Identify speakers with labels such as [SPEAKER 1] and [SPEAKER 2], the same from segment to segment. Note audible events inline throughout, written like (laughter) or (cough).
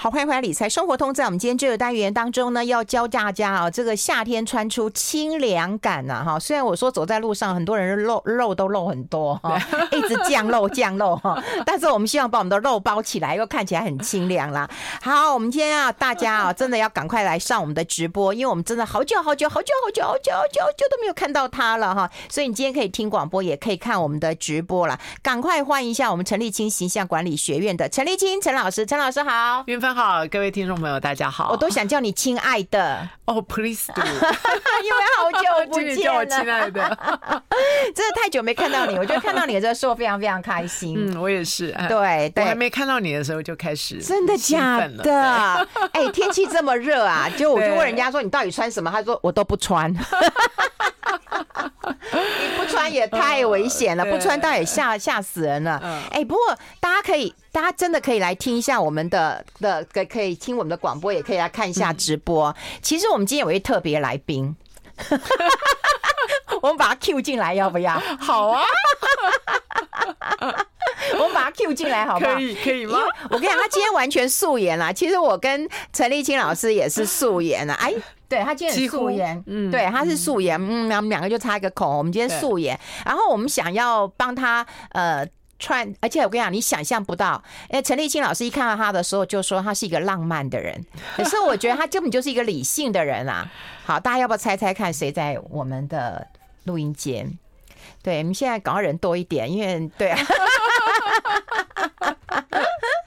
[SPEAKER 1] 好，欢迎回来理财生活通，在我们今天这个单元当中呢，要教大家啊，这个夏天穿出清凉感呐、哈。虽然我说走在路上，很多人肉肉都露很多哈，一直降肉降肉哈，但是我们希望把我们的肉包起来，又看起来很清凉啦。好，我们今天啊，大家啊，真的要赶快来上我们的直播，因为我们真的好久好久好久好久好久好久好久都没有看到他了哈，所以你今天可以听广播，也可以看我们的直播啦。赶快欢迎一下我们陈立清形象管理学院的陈立清陈老师，陈老师好。
[SPEAKER 2] 云芬好，各位听众朋友，大家好。
[SPEAKER 1] 我都想叫你亲爱的，
[SPEAKER 2] 哦、p l e a s e do，
[SPEAKER 1] 啊因为好久 (laughs) 不
[SPEAKER 2] (laughs) 请你叫我
[SPEAKER 1] 见
[SPEAKER 2] 亲
[SPEAKER 1] 了，(laughs)
[SPEAKER 2] 爱的。
[SPEAKER 1] 真的太久没看到你，我觉得看到你的时候非常非常开心。
[SPEAKER 2] 嗯，我也是。哎
[SPEAKER 1] 对
[SPEAKER 2] 我还
[SPEAKER 1] 对，
[SPEAKER 2] 没看到你的时候就开始
[SPEAKER 1] 真的
[SPEAKER 2] 兴
[SPEAKER 1] 假
[SPEAKER 2] 奋了
[SPEAKER 1] 的？哎，天气这么热
[SPEAKER 2] (laughs)
[SPEAKER 1] 啊，就我就
[SPEAKER 2] 对
[SPEAKER 1] 问人家说你到底穿什么，他说我都不
[SPEAKER 2] (laughs)
[SPEAKER 1] 穿。你不穿也太危险了，
[SPEAKER 2] 嗯
[SPEAKER 1] 不穿倒也吓吓死人了
[SPEAKER 2] 嗯。
[SPEAKER 1] 哎，不过大家可以，大家真的可以来听一下我们的的，可可以听我们的广播，也可以来看一下直
[SPEAKER 2] 嗯
[SPEAKER 1] 播。其实我们今天有一位特别来
[SPEAKER 2] (laughs)
[SPEAKER 1] 宾。 (laughs) 我们把他 Q 进来，要不要？
[SPEAKER 2] 对好啊，
[SPEAKER 1] 我们把他 Q 进来，好不好？
[SPEAKER 2] 可以可以
[SPEAKER 1] 因
[SPEAKER 2] 吗
[SPEAKER 1] 为？我跟你讲，他今天完全素颜啦。其实我跟陈立青老师也是素颜啦。哎，对他今天很
[SPEAKER 2] 几乎
[SPEAKER 1] 素颜，嗯，
[SPEAKER 2] 嗯
[SPEAKER 1] 对，他是素颜，嗯，我们两个就差一个口红。我们今天
[SPEAKER 2] 对
[SPEAKER 1] 素颜，然后我们想要帮他呃。穿，而且我跟你讲，你想象不到，哎，陈立青老师一看到他的时候就说他是一个浪漫的人，可是我觉得他根本就是一个理性的人啊。好，大家要不要猜猜看谁在我们的录音间？对，我们现在赶快人多一点，因为对啊。 (laughs)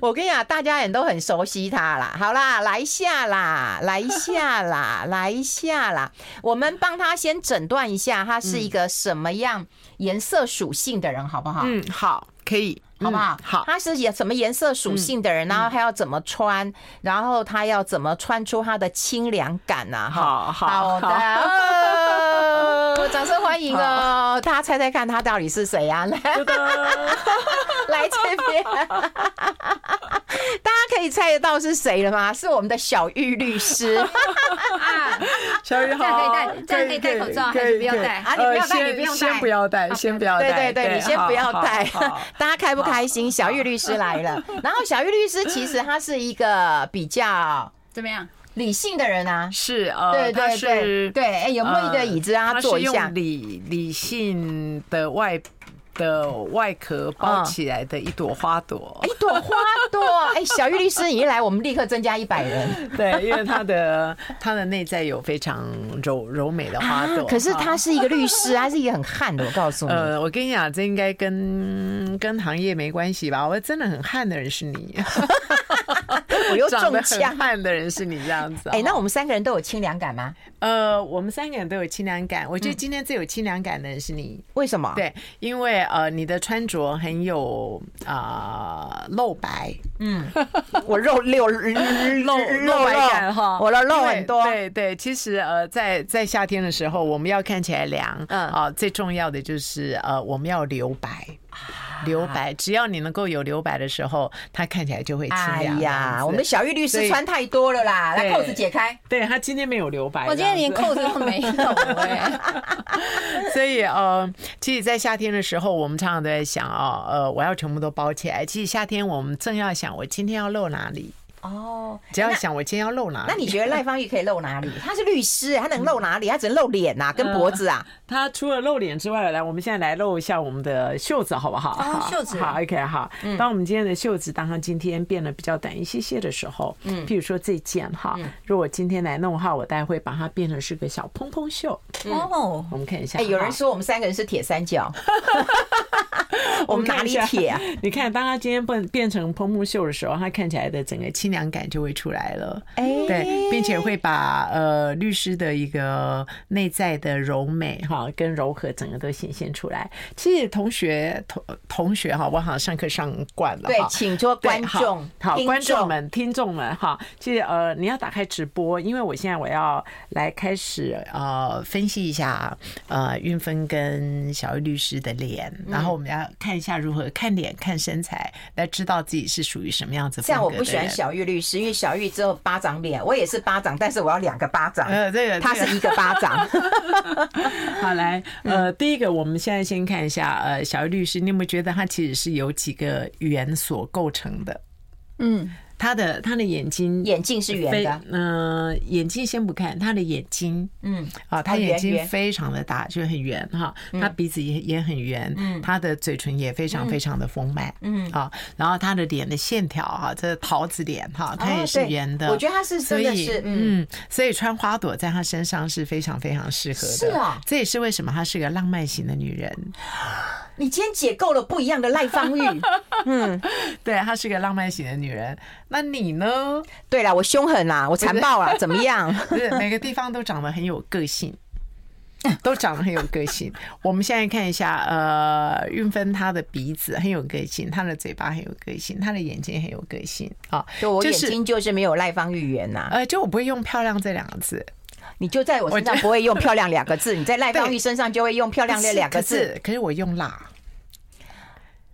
[SPEAKER 1] 我跟你讲，大家人都很熟悉他啦。好啦，来一下啦，来一下啦，来一下啦。我们帮他先诊断一下，他是一个什么样颜色属性的人，好不好？
[SPEAKER 2] 嗯，好，可以，
[SPEAKER 1] 好不好？
[SPEAKER 2] 嗯好，嗯
[SPEAKER 1] 他是颜什么颜色属性的人，然后他要怎么穿，然后他要怎么穿出他的清凉感呐、啊？哈
[SPEAKER 2] 好
[SPEAKER 1] 好
[SPEAKER 2] 好
[SPEAKER 1] 的，哦掌声欢迎哦！大家猜猜看，他到底是谁呀、啊？来
[SPEAKER 2] 噔噔
[SPEAKER 1] (laughs) 来这边，大家可以猜得到是谁了吗？是我们的小玉律
[SPEAKER 2] (laughs)
[SPEAKER 1] 师。
[SPEAKER 3] 啊，
[SPEAKER 2] 小雨
[SPEAKER 3] 这样可以戴
[SPEAKER 2] 好，
[SPEAKER 3] 这样可以戴口罩还是
[SPEAKER 2] 可以
[SPEAKER 3] 不要
[SPEAKER 2] 可以
[SPEAKER 3] 戴
[SPEAKER 1] 啊你不要戴
[SPEAKER 2] 呃
[SPEAKER 1] 你不用
[SPEAKER 2] 先
[SPEAKER 1] 戴
[SPEAKER 2] 先不要戴，先不要
[SPEAKER 1] 对
[SPEAKER 2] 戴，
[SPEAKER 1] 对对，你先不要带
[SPEAKER 2] 好好好，
[SPEAKER 1] 大家开不开心？小玉律师来了，然后小玉律师其实他是一个比较
[SPEAKER 3] 怎么样？
[SPEAKER 4] (laughs)
[SPEAKER 1] 理性的人啊，
[SPEAKER 2] 是呃，
[SPEAKER 1] 对
[SPEAKER 2] 他
[SPEAKER 1] 对对
[SPEAKER 2] 是
[SPEAKER 1] 对，哎，有没有一个椅子让他
[SPEAKER 2] 它
[SPEAKER 1] 坐
[SPEAKER 2] 呃是
[SPEAKER 1] 一
[SPEAKER 2] 用
[SPEAKER 1] 下？
[SPEAKER 2] 理理性的外的外壳包起来的一朵花朵，
[SPEAKER 1] 一哎朵花朵，哎，小玉律师你一来，我们立刻增加一百人。
[SPEAKER 2] (laughs) 对，因为它的 (laughs) 它的内在有非常柔柔美的花朵。
[SPEAKER 1] 啊可是
[SPEAKER 2] 哈
[SPEAKER 1] 他是一个律
[SPEAKER 2] (laughs)
[SPEAKER 1] 师，他是一个很悍的，我告诉你。
[SPEAKER 2] 哦呃，我跟你讲，这应该跟跟行业没关系吧？我真的很悍的人是你，
[SPEAKER 1] (laughs) 我又
[SPEAKER 2] 长
[SPEAKER 1] 中
[SPEAKER 2] 得
[SPEAKER 1] 枪
[SPEAKER 2] 很。悍的人是你这样子。
[SPEAKER 1] 哎，那我们三个人都有清凉感吗？
[SPEAKER 2] 呃，我们三个人都有清凉感，我觉得
[SPEAKER 1] 嗯
[SPEAKER 2] 今天最有清凉感的人是你。
[SPEAKER 1] 为什么？，
[SPEAKER 2] 对，因为呃，你的穿着很有啊、呃露白，
[SPEAKER 1] 我肉六肉
[SPEAKER 2] 露白感哈，
[SPEAKER 1] 我的肉
[SPEAKER 2] 因为
[SPEAKER 1] 很多。
[SPEAKER 2] 对对，其实呃，在在夏天的时候，我们要看起来凉，
[SPEAKER 1] 嗯
[SPEAKER 2] 啊、最重要的就是呃，我们要留白。
[SPEAKER 1] 啊
[SPEAKER 2] 留白，只要你能够有留白的时候，它看起来就会清
[SPEAKER 1] 哎
[SPEAKER 2] 凉。
[SPEAKER 1] 呀，我们
[SPEAKER 2] 这
[SPEAKER 1] 的小
[SPEAKER 2] 样子
[SPEAKER 1] 玉律师
[SPEAKER 2] 所以
[SPEAKER 1] 穿太多了啦，来
[SPEAKER 2] 对
[SPEAKER 1] 扣子解开。
[SPEAKER 2] 对它今天没有留白，
[SPEAKER 3] 我今天连
[SPEAKER 2] 这
[SPEAKER 3] 扣
[SPEAKER 2] 样子
[SPEAKER 3] 子都没有哎，
[SPEAKER 2] (laughs) 所以呃，其实，在夏天的时候，我们常常都在想哦，呃，我要全部都包起来。其实夏天我们正要想，我今天要露哪里，
[SPEAKER 1] 哦，
[SPEAKER 2] 只要想我今天要露哪里。
[SPEAKER 1] 那你觉得赖芳玉可以露哪里？她是律师，她能露哪里？她只能露脸
[SPEAKER 2] 嗯
[SPEAKER 1] 呐、跟脖子啊。
[SPEAKER 2] 它除了露脸之外，来，我们现在来露一下我们的袖子，好不好？
[SPEAKER 3] 哦
[SPEAKER 2] 好
[SPEAKER 3] 袖子
[SPEAKER 2] 好，OK，好。当我们今天的袖子，当它今天变得比较短一些些的时候，嗯，譬如说这件哈，如果今天来弄的话，我待会把它变成是个小蓬蓬袖。
[SPEAKER 3] 哦，
[SPEAKER 2] 我们看一下，
[SPEAKER 1] 哎、有人
[SPEAKER 2] 哈
[SPEAKER 1] 说我们三个人是铁三
[SPEAKER 2] (laughs)
[SPEAKER 1] 角， (laughs) 我们哪里铁啊？？
[SPEAKER 2] 你看，当它今天变变成蓬蓬袖的时候，它看起来的整个清凉感就会出来了。
[SPEAKER 1] 哎、
[SPEAKER 2] 对，并且会把呃律师的一个内在的柔美哈跟柔和整个都显现出来。其实同学同同学哈，我好像上课上惯了
[SPEAKER 1] 对
[SPEAKER 2] 哈，。
[SPEAKER 1] 请说
[SPEAKER 2] 对
[SPEAKER 1] 观
[SPEAKER 2] 好
[SPEAKER 1] 众，
[SPEAKER 2] 好，
[SPEAKER 1] 听
[SPEAKER 2] 观众们、听众们哈，其实呃，你要打开直播，因为我现在我要来开始呃分析一下呃运芬跟小玉律师的脸，
[SPEAKER 1] 嗯
[SPEAKER 2] 然后我们要看一下如何看脸、看身材，来知道自己是属于什么样子
[SPEAKER 1] 这
[SPEAKER 2] 风
[SPEAKER 1] 样
[SPEAKER 2] 格
[SPEAKER 1] 我
[SPEAKER 2] 的人。
[SPEAKER 1] 不喜欢小玉律师，因为小玉只有巴掌脸，我也是巴掌，但是我要两个巴掌，
[SPEAKER 2] (laughs) 呃，这个
[SPEAKER 1] 他
[SPEAKER 2] 这个
[SPEAKER 1] 是一个嗯巴掌。 (laughs)
[SPEAKER 2] 好，来，呃，第一个，我们现在先看一下，呃，小玉律师，你有没有觉得它其实是由几个元所构成的？
[SPEAKER 3] 嗯，
[SPEAKER 2] 他的他的眼睛
[SPEAKER 1] 眼镜是圆
[SPEAKER 2] 非
[SPEAKER 1] 的，
[SPEAKER 2] 嗯、眼睛先不看，他的眼睛
[SPEAKER 1] 嗯，
[SPEAKER 2] 啊，他
[SPEAKER 1] 哦
[SPEAKER 2] 眼
[SPEAKER 1] 圆
[SPEAKER 2] 睛
[SPEAKER 1] 圆
[SPEAKER 2] 非常的大，就是很圆哈，他鼻子也也很圆，
[SPEAKER 1] 嗯
[SPEAKER 2] 他的嘴唇也非常非常的丰满，
[SPEAKER 1] 嗯
[SPEAKER 2] 啊，然后他的脸的线条哈，这桃子脸哈，它也是
[SPEAKER 1] 哦对
[SPEAKER 2] 圆的，
[SPEAKER 1] 我觉得他是
[SPEAKER 2] 所
[SPEAKER 1] 真的
[SPEAKER 2] 以
[SPEAKER 1] 是，嗯，
[SPEAKER 2] 嗯，所以穿花朵在她身上是非常非常适合的，
[SPEAKER 1] 是啊
[SPEAKER 2] 这也是为什么她是个浪漫型的女人，
[SPEAKER 1] 你今天解构了不一样的赖芳
[SPEAKER 2] (laughs)
[SPEAKER 1] 玉。
[SPEAKER 2] 对，她是个浪漫型的女人。那你呢？
[SPEAKER 1] 对啦，我凶狠啦，我残暴啦，怎么
[SPEAKER 2] (laughs)
[SPEAKER 1] 样？
[SPEAKER 2] 对，每个地方都长得很有个性， (laughs) 都长得很有个性。我们现在看一下，呃，运芬她的鼻子很有个性，她的嘴巴很有个性，她的眼睛很有个性啊。
[SPEAKER 1] 就我
[SPEAKER 2] 就
[SPEAKER 1] 眼
[SPEAKER 2] 是
[SPEAKER 1] 睛就是没有赖芳玉圆呐，
[SPEAKER 2] 呃，就我不会用漂亮这两个字，
[SPEAKER 1] 你就在我身上不会用漂亮两个字，你在赖芳玉身上就会用漂亮
[SPEAKER 2] 不
[SPEAKER 1] 这
[SPEAKER 2] 是
[SPEAKER 1] 两个
[SPEAKER 2] 可
[SPEAKER 1] 字
[SPEAKER 2] 是可是我用辣。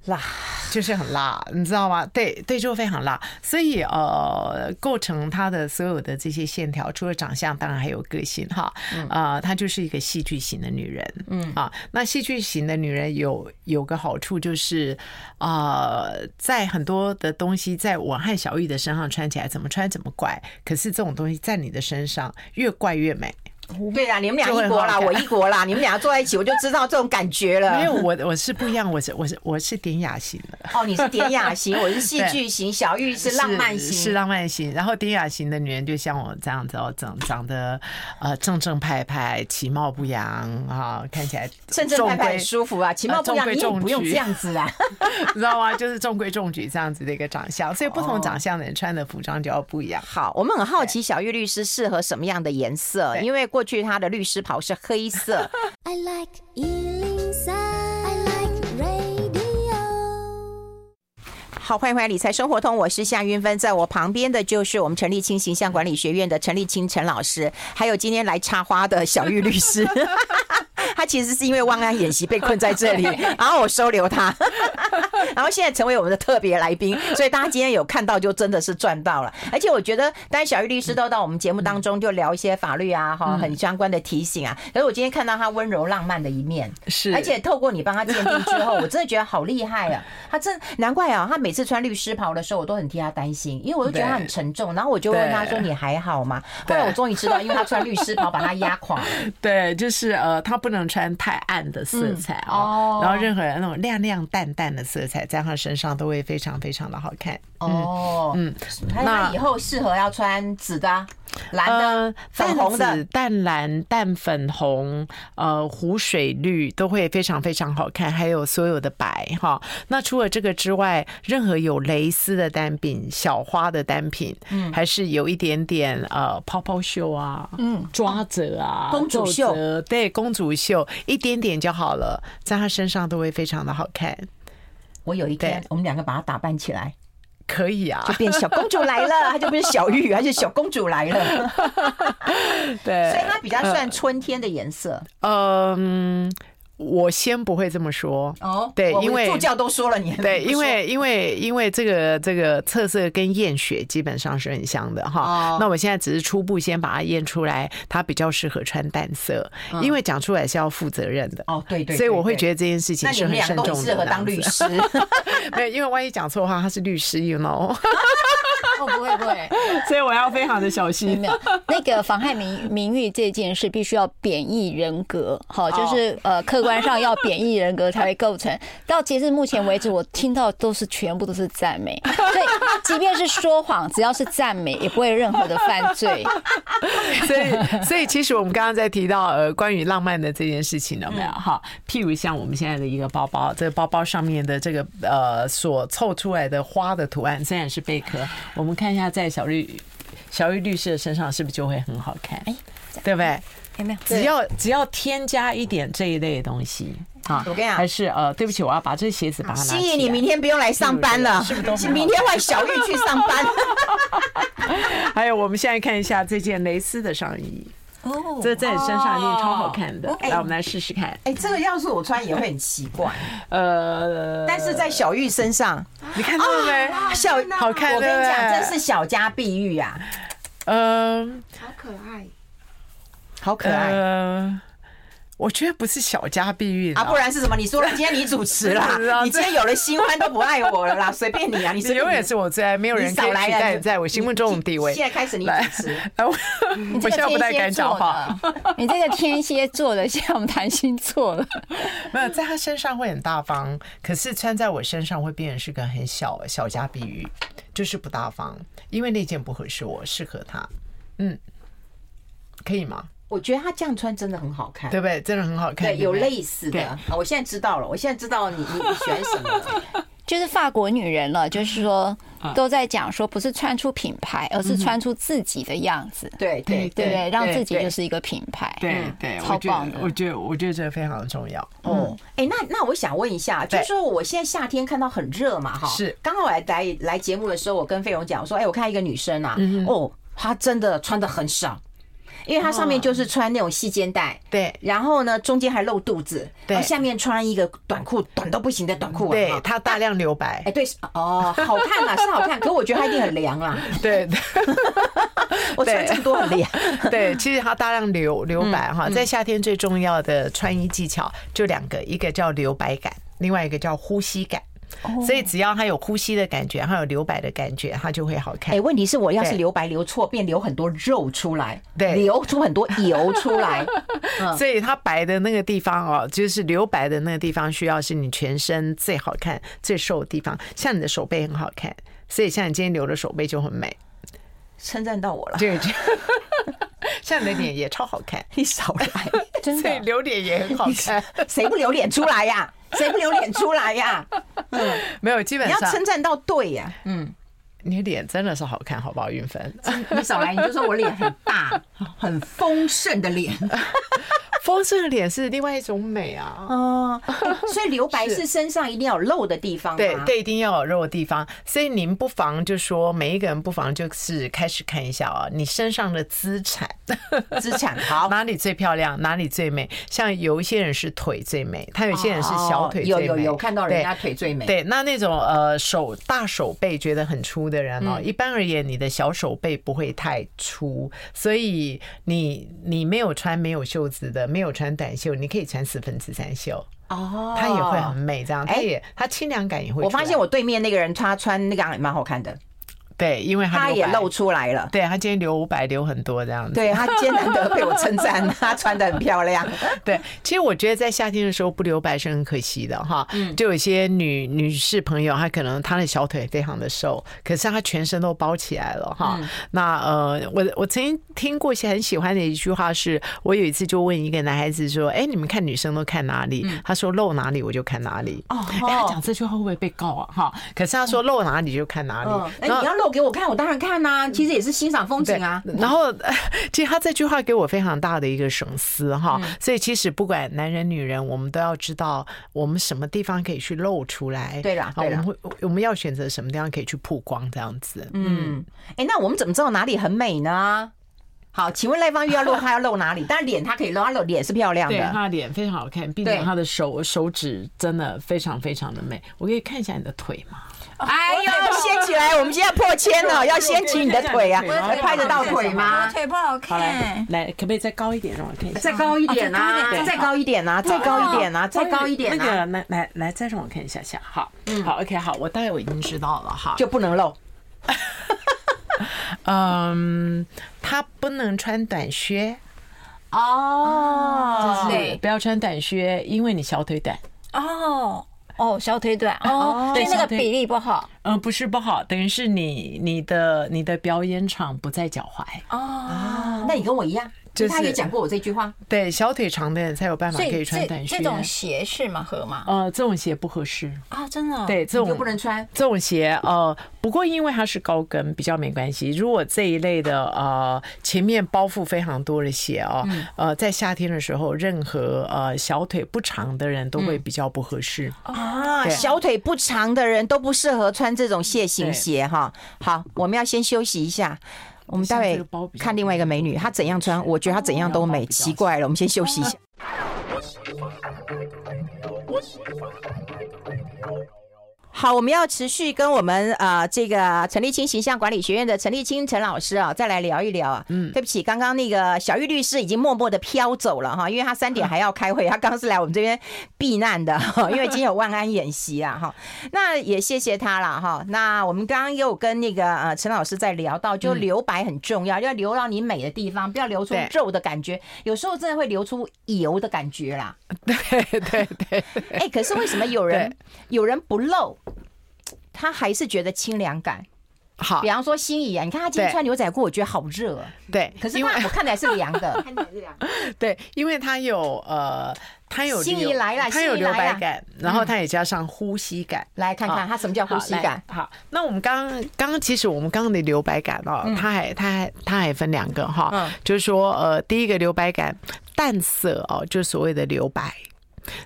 [SPEAKER 1] 啦。
[SPEAKER 2] 就是很辣，你知道吗？对对，就非常辣。所以呃，构成他的所有的这些线条，除了长相，当然还有个性哈。
[SPEAKER 1] 嗯
[SPEAKER 2] 啊、她就是一个戏剧型的女人。嗯啊，那戏剧型的女人有有个好处就是，呃，在很多的东西，在我和小玉的身上穿起来，怎么穿怎么怪。可是这种东西在你的身上越怪越美。
[SPEAKER 1] 对啦，你们俩
[SPEAKER 2] 就会
[SPEAKER 1] 一国啦，
[SPEAKER 2] 好感
[SPEAKER 1] 我一国啦，你们俩坐在一起，我就知道这种感觉了。
[SPEAKER 2] (laughs) 没有我我是不一样，我是我是我是典雅型的。
[SPEAKER 1] 哦，你是典雅型，我是戏剧
[SPEAKER 2] (laughs)
[SPEAKER 1] 型，小玉是浪漫型，
[SPEAKER 2] 是浪漫型。然后典雅型的女人就像我这样子哦，长长得呃正正派派，其貌不扬啊，看起来
[SPEAKER 1] 甚至拍
[SPEAKER 2] 中
[SPEAKER 1] 拍
[SPEAKER 2] 规呃
[SPEAKER 1] 很舒服啊，其貌不
[SPEAKER 2] 中
[SPEAKER 1] 扬，
[SPEAKER 2] 规
[SPEAKER 1] 你也
[SPEAKER 2] 中
[SPEAKER 1] 不用
[SPEAKER 2] 矩
[SPEAKER 1] 这样子啊。
[SPEAKER 2] (laughs) 你知道吗？就是中规中矩这样子的一个长相，所以不
[SPEAKER 1] 哦
[SPEAKER 2] 同长相的人穿的服装就要不一样。
[SPEAKER 1] (laughs) 好，我们很好奇小玉律师适合什么样的颜色，
[SPEAKER 2] 对
[SPEAKER 1] 因为过去她的律师袍是黑色，
[SPEAKER 5] I like Ealing Sound. I like radio.
[SPEAKER 1] 好，欢迎回来《理财生活通》，我是夏云芬，在我旁边的就是我们陈立清形象管理学院的陈立清陈老师，还有今天来插花的小玉律师。 (laughs) 他其实是因为汪安演习被困在这里，然后我收留他，然后现在成为我们的特别来宾，所以大家今天有看到就真的是赚到了。而且我觉得，当然小玉律师都到我们节目当中就聊一些法律啊，哈，很相关的提醒啊。可是我今天看到他温柔浪漫的一面，
[SPEAKER 2] 是
[SPEAKER 1] 而且透过你帮他鉴定之
[SPEAKER 2] (laughs)
[SPEAKER 1] 后，我真的觉得好厉害啊！他真难怪啊，他每次穿律师袍的时候，我都很替他担心，因为我就觉得他很沉重。然后我就问他说：“
[SPEAKER 2] 对
[SPEAKER 1] 你还好吗？”后来我终于知道，因为他穿律师袍把他压
[SPEAKER 2] (laughs)
[SPEAKER 1] 垮了。
[SPEAKER 2] 对，就是呃，她不能穿太暗的色彩
[SPEAKER 1] 哦
[SPEAKER 2] 哦，然后任何人那种亮亮淡淡的色彩在她身上都会非常非常的好看。
[SPEAKER 1] 哦，嗯，那
[SPEAKER 2] 那
[SPEAKER 1] 以后适合要穿紫的啊、蓝的
[SPEAKER 2] 呃
[SPEAKER 1] 啊、粉红
[SPEAKER 2] 淡紫
[SPEAKER 1] 的。
[SPEAKER 2] 淡蓝、淡粉红、呃湖水绿都会非常非常好看，还有所有的白哈。那除了这个之外，任何有蕾丝的单品、小花的单品，嗯，还是有一点点呃泡泡袖啊，嗯，抓褶啊，
[SPEAKER 1] 公主袖
[SPEAKER 2] 皱褶，对，公主袖一点点就好了，在她身上都会非常的好看。
[SPEAKER 1] 我有一天
[SPEAKER 2] 对，
[SPEAKER 1] 我们两个把它打扮起来，
[SPEAKER 2] 可以啊，
[SPEAKER 1] 变小公主来了，她就不是小玉，她是小公主来了。
[SPEAKER 2] (laughs) 对，
[SPEAKER 1] 所以它比较算春天的颜色
[SPEAKER 2] 嗯，我先不会这么说
[SPEAKER 1] 哦。
[SPEAKER 2] 对，
[SPEAKER 1] 我
[SPEAKER 2] 因为
[SPEAKER 1] 助教都说了，你还
[SPEAKER 2] 对，
[SPEAKER 1] 不
[SPEAKER 2] 因
[SPEAKER 1] 说
[SPEAKER 2] 为因为因为这个这个测色跟验血基本上是很像的哈。
[SPEAKER 1] 哦
[SPEAKER 2] 那我现在只是初步先把它验出来，它比较适合穿淡色，因为讲出来是要负责任的。
[SPEAKER 1] 嗯哦，对对，
[SPEAKER 2] 所以
[SPEAKER 1] 对
[SPEAKER 2] 我会
[SPEAKER 1] 对
[SPEAKER 2] 觉得这件事情
[SPEAKER 1] 那你
[SPEAKER 2] 是
[SPEAKER 1] 们
[SPEAKER 2] 很
[SPEAKER 1] 两个
[SPEAKER 2] 慎
[SPEAKER 1] 都很
[SPEAKER 2] 重
[SPEAKER 1] 适
[SPEAKER 2] 的。
[SPEAKER 1] 合当律，
[SPEAKER 2] (laughs)
[SPEAKER 1] 师， (laughs)
[SPEAKER 2] 没有，因为万一讲错话，他是律师，you know，
[SPEAKER 3] 哦，不会不会，
[SPEAKER 2] 所以我要非常的小
[SPEAKER 4] 没有
[SPEAKER 2] 心。
[SPEAKER 4] 没有，那个妨害名名誉这件事必须要贬义人格，好，就是
[SPEAKER 2] 哦
[SPEAKER 4] 呃客观上要贬义人格才会构成。到截至目前为止，我听到都是全部都是赞美， (laughs) 所以即便是说谎，只要是赞美，也不会有任何的犯罪。
[SPEAKER 2] (laughs) 所以，所以其实我们刚刚在提到呃关于浪漫的这件事情有没有哈？譬如像我们现在的一个包包，这个包包上面的这个呃所凑出来的花的图案，虽然是贝壳，我们看一下在小绿小玉律师的身上是不是就会很好看？哎，对不对？
[SPEAKER 4] 有没有？
[SPEAKER 2] 只要只要添加一点这一类的东西啊，
[SPEAKER 1] 我跟你讲
[SPEAKER 2] 还是呃，对不起，我要把这鞋子把
[SPEAKER 1] (laughs)
[SPEAKER 2] 它拿起
[SPEAKER 1] 心
[SPEAKER 2] 来。
[SPEAKER 1] 怡，你明天啊不用来上班了
[SPEAKER 2] 是不是都，很好
[SPEAKER 1] (laughs) 明天换小玉去上班。
[SPEAKER 2] 还哎有我们现在看一下这件蕾丝的上衣，
[SPEAKER 3] 哦，
[SPEAKER 2] 这在你身上一定超好看的
[SPEAKER 1] 哦。哎
[SPEAKER 2] 来，我们来试试看。
[SPEAKER 1] (laughs) 哎，这个要是我穿也会很奇怪，
[SPEAKER 2] 呃，
[SPEAKER 1] (laughs) 但是在小玉身 (laughs) 上，
[SPEAKER 2] 你看到了没？
[SPEAKER 1] (laughs) 小
[SPEAKER 2] 好看
[SPEAKER 1] 啊我跟你讲，
[SPEAKER 2] 对不对
[SPEAKER 1] 真是小家碧玉啊，
[SPEAKER 2] 嗯
[SPEAKER 1] (laughs) 好可爱。
[SPEAKER 2] 呃，我觉得不是小家碧玉
[SPEAKER 1] 啊，不然是什么？你说了，今天你主持 (laughs)
[SPEAKER 2] 是
[SPEAKER 1] 啦，
[SPEAKER 2] 啊这
[SPEAKER 1] 你今天有了新欢都不爱我了啦，随便你啊，你
[SPEAKER 2] 你
[SPEAKER 1] 随
[SPEAKER 2] 永
[SPEAKER 1] 便
[SPEAKER 2] 远
[SPEAKER 1] 你
[SPEAKER 2] 是我最爱，没有人可以
[SPEAKER 1] 你少来
[SPEAKER 2] 取
[SPEAKER 1] 了
[SPEAKER 2] 代
[SPEAKER 1] 你
[SPEAKER 2] 在我心目中的地位。
[SPEAKER 1] 现在开始你主
[SPEAKER 2] 来
[SPEAKER 1] 持，
[SPEAKER 2] 哎，我
[SPEAKER 4] 你
[SPEAKER 2] (laughs) 我
[SPEAKER 4] 这
[SPEAKER 2] 现在
[SPEAKER 4] 个
[SPEAKER 2] 不太
[SPEAKER 4] 天
[SPEAKER 2] 敢
[SPEAKER 4] 蝎座
[SPEAKER 2] 讲话。
[SPEAKER 4] 的，你这个天蝎座的，现在我们谈星座 (laughs) 了。
[SPEAKER 2] 没有，在他身上会很大方，可是穿在我身上会变成是个很小小家碧玉，就是不大方，因为那件不合适我，适合他，嗯，可以吗？
[SPEAKER 1] 我觉得他这样穿真的很好看。
[SPEAKER 2] 对不对？真的很好看，
[SPEAKER 1] 对，有
[SPEAKER 2] 不对
[SPEAKER 1] 类似
[SPEAKER 2] 对
[SPEAKER 1] 的，啊我现在知道了，我现在知道你你你选什么了。 (laughs)
[SPEAKER 4] 就是法国女
[SPEAKER 2] 嗯
[SPEAKER 4] 人了，就是说都在讲说，不是穿出品牌，而是穿出自己的样子，
[SPEAKER 1] 对对
[SPEAKER 4] 对不对？让自己
[SPEAKER 1] 对
[SPEAKER 4] 就是一个品牌，
[SPEAKER 2] 嗯对
[SPEAKER 4] 嗯
[SPEAKER 2] 对，
[SPEAKER 4] 超
[SPEAKER 2] 我觉
[SPEAKER 4] 棒
[SPEAKER 2] 得，我
[SPEAKER 4] 的。
[SPEAKER 2] 觉得，我觉得这个非常重要。
[SPEAKER 4] 嗯
[SPEAKER 1] 哦，哎、那那我想问一下，就是
[SPEAKER 2] 嗯对
[SPEAKER 1] 说我现在夏天看到很热嘛，哈，
[SPEAKER 2] 是
[SPEAKER 1] 刚好来来来节目的时候，我跟费荣讲，我说，哎、我看一个女生啊，
[SPEAKER 2] 嗯
[SPEAKER 1] 哦，她真的穿的很少，因为她上面就是穿那种细肩带。
[SPEAKER 2] 对，
[SPEAKER 1] 然后呢，中间还露肚子，
[SPEAKER 2] 对
[SPEAKER 1] 然后下面穿一个短裤，短到不行的短裤啊。
[SPEAKER 2] 对
[SPEAKER 1] 哈
[SPEAKER 2] 他大量留白
[SPEAKER 1] 哎，，对，是哦，好看
[SPEAKER 2] (laughs)
[SPEAKER 1] 啦，是好看，可我觉得她一定很凉啦，
[SPEAKER 2] 对
[SPEAKER 1] 我穿
[SPEAKER 2] (laughs) 对
[SPEAKER 1] 这么多很
[SPEAKER 2] (laughs)
[SPEAKER 1] 凉。
[SPEAKER 2] 对，其实他大量留留白哈，在夏天最重要的穿衣技巧就两个，一个叫留白感，另外一个叫呼吸感。所以只要他有呼吸的感觉，还有留白的感觉，他就会好看
[SPEAKER 1] 哎、。问题是我要是
[SPEAKER 2] 对
[SPEAKER 1] 留白留错，便留很多肉出来，
[SPEAKER 2] 对
[SPEAKER 1] 流出很多油出来。 (laughs)
[SPEAKER 2] 所以它白的那个地方哦，就是留白的那个地方，需要是你全身最好看、最瘦的地方。像你的手背很好看，所以像你今天留的手背就很美，
[SPEAKER 1] 称赞到我
[SPEAKER 2] (laughs)
[SPEAKER 1] 了，
[SPEAKER 2] 对，就像你的脸也超好看，
[SPEAKER 1] (laughs) 你少来，
[SPEAKER 4] 真
[SPEAKER 2] 所以
[SPEAKER 4] 的，
[SPEAKER 2] 留脸也很好看。
[SPEAKER 1] 哎谁不留脸出来 (laughs) 呀、谁不留脸出来 (laughs) 呀、
[SPEAKER 2] 没有，基本
[SPEAKER 1] 你要
[SPEAKER 2] 上
[SPEAKER 1] 称赞到对呀、
[SPEAKER 2] 你的脸真的是好看，好不好？云
[SPEAKER 1] (laughs)
[SPEAKER 2] 芬，
[SPEAKER 3] 你少来，你就说我脸很大，很丰盛的
[SPEAKER 1] (laughs)
[SPEAKER 3] 脸。
[SPEAKER 2] 丰盛的脸是另外一种美啊。
[SPEAKER 1] 哦、所以留白是身上一定要有露的地方啊吗？
[SPEAKER 2] 对对，一定要有肉的地方，所以您不妨就说，每一个人不妨就是开始看一下啊，你身上的资产，
[SPEAKER 1] 资产好。
[SPEAKER 2] 哪里最漂亮，哪里最美。像有一些人是腿最美，他有些人是小腿最
[SPEAKER 1] 哦有
[SPEAKER 2] 美。
[SPEAKER 1] 有有，看到人家
[SPEAKER 2] 对。
[SPEAKER 1] 腿最美。
[SPEAKER 2] 对，那那种呃手大手背觉得很粗的人
[SPEAKER 1] 嗯
[SPEAKER 2] 哦，一般而言你的小手背不会太粗，所以你你没有穿没有袖子的，没有穿短袖，你可以穿四分之三袖，
[SPEAKER 1] (laughs) 哦
[SPEAKER 2] 它也会很。美。这样，它
[SPEAKER 1] 哎
[SPEAKER 2] 也它清凉感也会出来。
[SPEAKER 1] 我发现我对面那个人，他穿那个也蛮好看的，
[SPEAKER 2] 对，因为
[SPEAKER 1] 他
[SPEAKER 2] 它
[SPEAKER 1] 也
[SPEAKER 2] 留白
[SPEAKER 1] 露，出来了。
[SPEAKER 2] 对，它今天留五百留很多这样子。
[SPEAKER 1] 对他艰难 (laughs) 得被我称赞，他穿的很漂亮。
[SPEAKER 2] 对，其实我觉得在夏天的时候不留白是很可惜的哈。
[SPEAKER 1] 嗯
[SPEAKER 2] 就有一些女女士朋友，她可能她的小腿非常的瘦，可是她全身都包起来了哈。
[SPEAKER 1] 嗯
[SPEAKER 2] 那呃，我我曾经听过一些很喜欢的一句话是，我有一次就问一个男孩子说：“哎，你们看女生都看哪里？”他说：“露哪里我就看哪里。”
[SPEAKER 1] 嗯哦
[SPEAKER 2] 哎，他讲这句话会不会被告啊？哈，可是他说露哪里就看哪
[SPEAKER 1] 嗯
[SPEAKER 2] 里，，
[SPEAKER 1] 那
[SPEAKER 2] 然后
[SPEAKER 1] 你要露给我看，我当然看呐、其实也是欣赏风景啊。
[SPEAKER 2] 然后， (laughs) 其实他这句话给我非常大的一个省思哈。所以，其实不管男人女人，我们都要知道我们什么地方可以去露出来。
[SPEAKER 1] 对啦
[SPEAKER 2] 啊
[SPEAKER 1] 对
[SPEAKER 2] 我
[SPEAKER 1] 啦
[SPEAKER 2] 们会我们要选择什么地方可以去曝光这样子。
[SPEAKER 1] 嗯，哎、那我们怎么知道哪里很美呢？好，请问赖芳玉要露，她要露哪里？但脸她可以露，她露脸是漂亮
[SPEAKER 2] 对，
[SPEAKER 1] 的。
[SPEAKER 2] 她的脸非常好看，并且
[SPEAKER 1] 对
[SPEAKER 2] 她的手手指真的非常非常的美。我可以看一下你的腿吗？
[SPEAKER 3] 哎呦，
[SPEAKER 1] 要掀起来，我们现在破千了，要掀起你的腿啊！
[SPEAKER 2] 我的腿
[SPEAKER 1] 还拍得到腿吗？
[SPEAKER 3] 腿不好
[SPEAKER 2] 好来
[SPEAKER 4] 哎
[SPEAKER 3] 看，，
[SPEAKER 2] 来，可不可以再高一点让我看一下？
[SPEAKER 1] 再高一点啊！
[SPEAKER 3] 对
[SPEAKER 1] 再高一点啊！再高一点啊！再高一点
[SPEAKER 2] 哦那
[SPEAKER 1] 啊！
[SPEAKER 2] 个，来来来，再让我看一下下。好，好，OK，好，我大概我已经知道了哈。
[SPEAKER 1] 就不能露。
[SPEAKER 2] 嗯，他不能穿短靴，
[SPEAKER 1] 哦
[SPEAKER 4] 对
[SPEAKER 2] 不要穿短靴，因为你小腿短。
[SPEAKER 4] 哦哦，小腿短哦，所以那
[SPEAKER 2] 小
[SPEAKER 4] 个
[SPEAKER 2] 腿
[SPEAKER 4] 比例不好
[SPEAKER 2] 嗯，不是不好，等于是你你的你的表演场不在脚踝，
[SPEAKER 4] 哦
[SPEAKER 1] 啊，那你跟我一样，
[SPEAKER 2] 就是
[SPEAKER 1] 他也讲过我这句话。
[SPEAKER 2] 对，小腿长的人才有办法
[SPEAKER 4] 所
[SPEAKER 2] 可以
[SPEAKER 4] 以
[SPEAKER 2] 穿
[SPEAKER 4] 这
[SPEAKER 2] 短靴
[SPEAKER 4] 这。种鞋适吗？合吗？
[SPEAKER 2] 呃，这种鞋不合适，
[SPEAKER 4] 啊，真的哦，
[SPEAKER 2] 对，这
[SPEAKER 1] 你就
[SPEAKER 2] 种
[SPEAKER 1] 不能穿
[SPEAKER 2] 这种鞋，呃，不过因为它是高跟，比较没关系。如果这一类的呃前面包覆非常多的鞋哦，
[SPEAKER 4] 嗯
[SPEAKER 2] 呃，在夏天的时候，任何呃小腿不长的人都
[SPEAKER 4] 嗯
[SPEAKER 2] 会比较不合适。
[SPEAKER 1] 啊，
[SPEAKER 2] 对
[SPEAKER 1] 小腿不长的人都不适合穿这种蟹
[SPEAKER 2] 对
[SPEAKER 1] 形鞋哈。好，我们要先休息一下。我们待
[SPEAKER 2] 像这个包
[SPEAKER 1] 会
[SPEAKER 2] 比较
[SPEAKER 1] 看另外一个美女，她怎样穿，我觉得她怎样都美，奇怪了。我们先休息一下。好，我们要持续跟我们呃这个陈立清形象管理学院的陈立清陈老师啊，再来聊一聊啊。嗯，对不起，刚刚那个小玉律师已经默默的飘走了哈，因为他三点还要开会，他刚是来我们这边避难的， (laughs) 哈因为今天有万安演习啊哈。 (laughs) 那也谢谢他了哈。那我们刚刚也有跟那个呃陈老师在聊到，就留白很重要，要留到你美的地方，不要留出
[SPEAKER 2] 嗯对
[SPEAKER 1] 皱的感觉，有时候真的会留出油的感觉啦。
[SPEAKER 2] (laughs) 对对对，
[SPEAKER 1] 哎、可是为什么有人有人不露，他还是觉得清凉感？
[SPEAKER 2] 好
[SPEAKER 1] 比，方说心仪啊，你看他今天
[SPEAKER 2] 对
[SPEAKER 1] 穿牛仔裤，我觉得好热啊，
[SPEAKER 2] 对，
[SPEAKER 1] (laughs) 可是
[SPEAKER 2] 因为
[SPEAKER 1] 他我 (laughs) 看起来是凉的。
[SPEAKER 2] 对，因为它有呃，它有
[SPEAKER 1] 心仪
[SPEAKER 2] 留
[SPEAKER 1] 来啦
[SPEAKER 2] 它
[SPEAKER 1] 心
[SPEAKER 2] 有
[SPEAKER 1] 仪
[SPEAKER 2] 留
[SPEAKER 1] 来嗯
[SPEAKER 2] 白
[SPEAKER 1] 啦
[SPEAKER 2] 感，然后它也加上呼吸感。
[SPEAKER 1] 来看看
[SPEAKER 2] 好
[SPEAKER 1] 他什么叫呼吸感。
[SPEAKER 2] 啊好，来好那我们刚刚刚其实我们刚刚的留白感哦，它还它还它还分两个哈，
[SPEAKER 1] 嗯
[SPEAKER 2] 就是说呃，第一个留白感淡色哦，就是所谓的留白。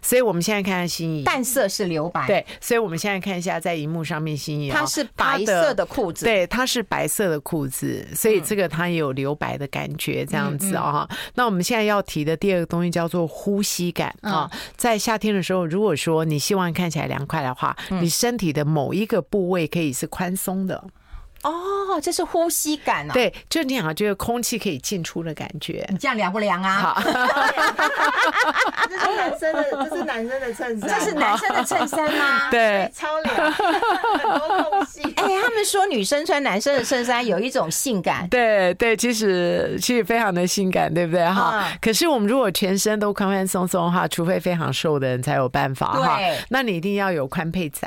[SPEAKER 2] 所以我们现在看看心仪，
[SPEAKER 1] 淡色是留白，，
[SPEAKER 2] 对，所以我们现在看一下在荧幕上面心仪哦，
[SPEAKER 1] 它是白色的裤子，
[SPEAKER 2] 对，它是白色的裤子，所以这个它也有留白的感觉，这样子啊、那我们现在要提的第二个东西叫做呼吸感啊、在夏天的时候，如果说你希望看起来凉快的话，你身体的某一个部位可以是宽松的，
[SPEAKER 1] 哦，这是呼吸感啊。，
[SPEAKER 2] 对，就你好，就是空气可以进出的感觉。
[SPEAKER 1] 你这样凉不凉啊？
[SPEAKER 3] (laughs)
[SPEAKER 2] 好，
[SPEAKER 3] 这是男生的，这是男生的衬衫，
[SPEAKER 1] 这是男生的衬衫吗？。
[SPEAKER 2] (laughs) 对，
[SPEAKER 3] 超凉，很多空隙。
[SPEAKER 1] (laughs) 哎，他们说女生穿男生的衬衫有一种性感，
[SPEAKER 2] 对对，其实其实非常的性感，对不对哈？
[SPEAKER 1] 嗯
[SPEAKER 2] 可是我们如果全身都宽宽松松的话，除非非常瘦的人才有办法哈
[SPEAKER 1] 对。
[SPEAKER 2] 那你一定要有宽配仔。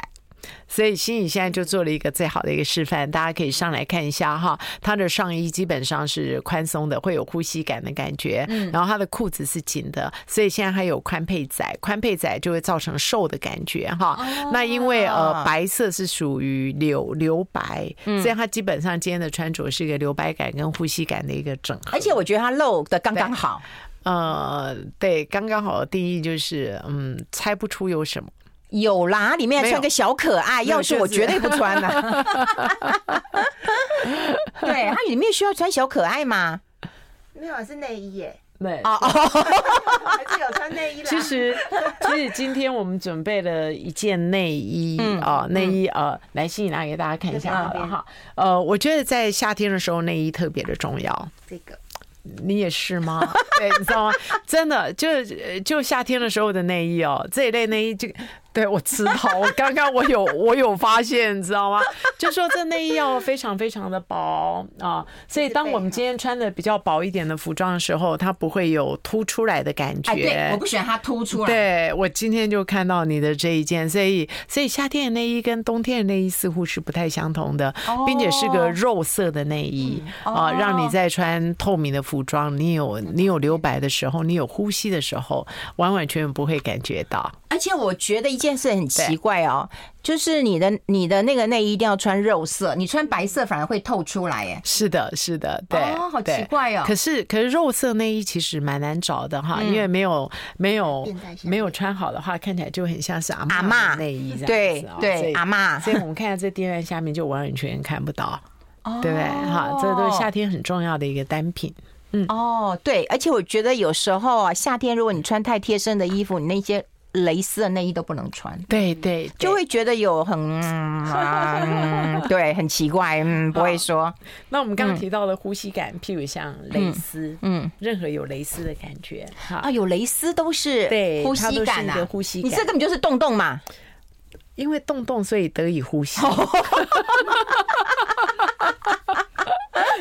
[SPEAKER 2] 所以心宇现在就做了一个最好的一个示范，大家可以上来看一下哈。她的上衣基本上是宽松的，会有呼吸感的感觉，
[SPEAKER 1] 嗯
[SPEAKER 2] 然后她的裤子是紧的，所以现在还有宽配仔，宽配仔就会造成瘦的感觉哈。
[SPEAKER 1] 哦
[SPEAKER 2] 那因为呃白色是属于留留白，
[SPEAKER 1] 嗯
[SPEAKER 2] 所以它基本上今天的穿着是一个留白感跟呼吸感的一个整合。
[SPEAKER 1] 而且我觉得它露的刚刚好。
[SPEAKER 2] 呃，对，刚刚好的定义就是嗯，猜不出有什么。
[SPEAKER 1] 有啦，里面还
[SPEAKER 2] 没有
[SPEAKER 1] 穿个小可爱，
[SPEAKER 2] 没有
[SPEAKER 1] 要是我
[SPEAKER 2] 就是
[SPEAKER 1] 绝对不穿的。
[SPEAKER 2] (laughs)
[SPEAKER 1] 对，它里面需要穿小可爱吗？
[SPEAKER 3] 没有，是内衣耶，
[SPEAKER 2] 对
[SPEAKER 1] 哦哦，
[SPEAKER 3] 还是有穿内衣啦。
[SPEAKER 2] 其实，其实今天我们准备了一件内衣
[SPEAKER 1] 嗯
[SPEAKER 2] 啊，内衣呃，来，欣怡拿给大家看一下好了哈。呃，我觉得在夏天的时候，内衣特别的重要。
[SPEAKER 3] 这个
[SPEAKER 2] 你也是吗？ (laughs) 对，你知道吗？真的，就呃就夏天的时候的内衣哦，这一类内衣就。对，我知道，我刚刚我有我有发现，你知道吗？就说这内衣要非常非常的薄啊，所以当我们今天穿的比较薄一点的服装的时候，它不会有凸出来的感觉。
[SPEAKER 1] 哎，对，我不喜欢它凸出来。
[SPEAKER 2] 对我今天就看到你的这一件，所以所以夏天的内衣跟冬天的内衣似乎是不太相同的，
[SPEAKER 1] 哦
[SPEAKER 2] 并且是个肉色的内衣
[SPEAKER 1] 嗯
[SPEAKER 2] 啊、让你在穿透明的服装，你有你有留白的时候，你有呼吸的时候，完完全全不会感觉到。
[SPEAKER 1] 而且我觉得一件事很奇怪哦，就是你的你的那个内衣一定要穿肉色，你穿白色反而会透出来耶。
[SPEAKER 2] 是的，是的，对，
[SPEAKER 1] 哦好奇
[SPEAKER 2] 对
[SPEAKER 1] 怪哦嗯
[SPEAKER 2] 可是可是肉色内衣其实蛮难找的哈，因为没有没有没有穿好的话，看起来就很像是阿
[SPEAKER 1] 阿
[SPEAKER 2] 嬷
[SPEAKER 1] 嬷
[SPEAKER 2] 的内衣这样
[SPEAKER 1] 对
[SPEAKER 2] 子哦所
[SPEAKER 1] 对，
[SPEAKER 2] 以
[SPEAKER 1] 阿嬷
[SPEAKER 2] 所以我们看下这订单下面就完完全全看不到，对不对？好，这都是夏天很重要的一个单品。
[SPEAKER 1] 哦，对，而且我觉得有时候啊，夏天如果你穿太贴身的衣服，你那些蕾丝的内衣都不能穿。
[SPEAKER 2] 对对，对
[SPEAKER 1] 就会觉得有很、嗯啊
[SPEAKER 2] (laughs)
[SPEAKER 1] 嗯对，很奇怪，嗯，不会说，
[SPEAKER 2] 那我们刚刚提到的呼吸感，譬如像蕾丝，嗯，任何有蕾丝的感觉，哈
[SPEAKER 1] 啊，，有蕾丝都是
[SPEAKER 2] 对
[SPEAKER 1] 呼
[SPEAKER 2] 它
[SPEAKER 1] 吸
[SPEAKER 2] 都是
[SPEAKER 1] 感
[SPEAKER 2] 一
[SPEAKER 1] 啊
[SPEAKER 2] 个，呼吸
[SPEAKER 1] 你
[SPEAKER 2] 感
[SPEAKER 1] 这根本就是洞洞嘛，
[SPEAKER 2] 因为动动所以得以呼吸。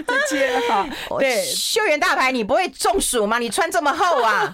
[SPEAKER 2] 直接哈， (laughs) 对
[SPEAKER 1] 秀媛大牌，你不会中暑吗？你穿这么厚啊！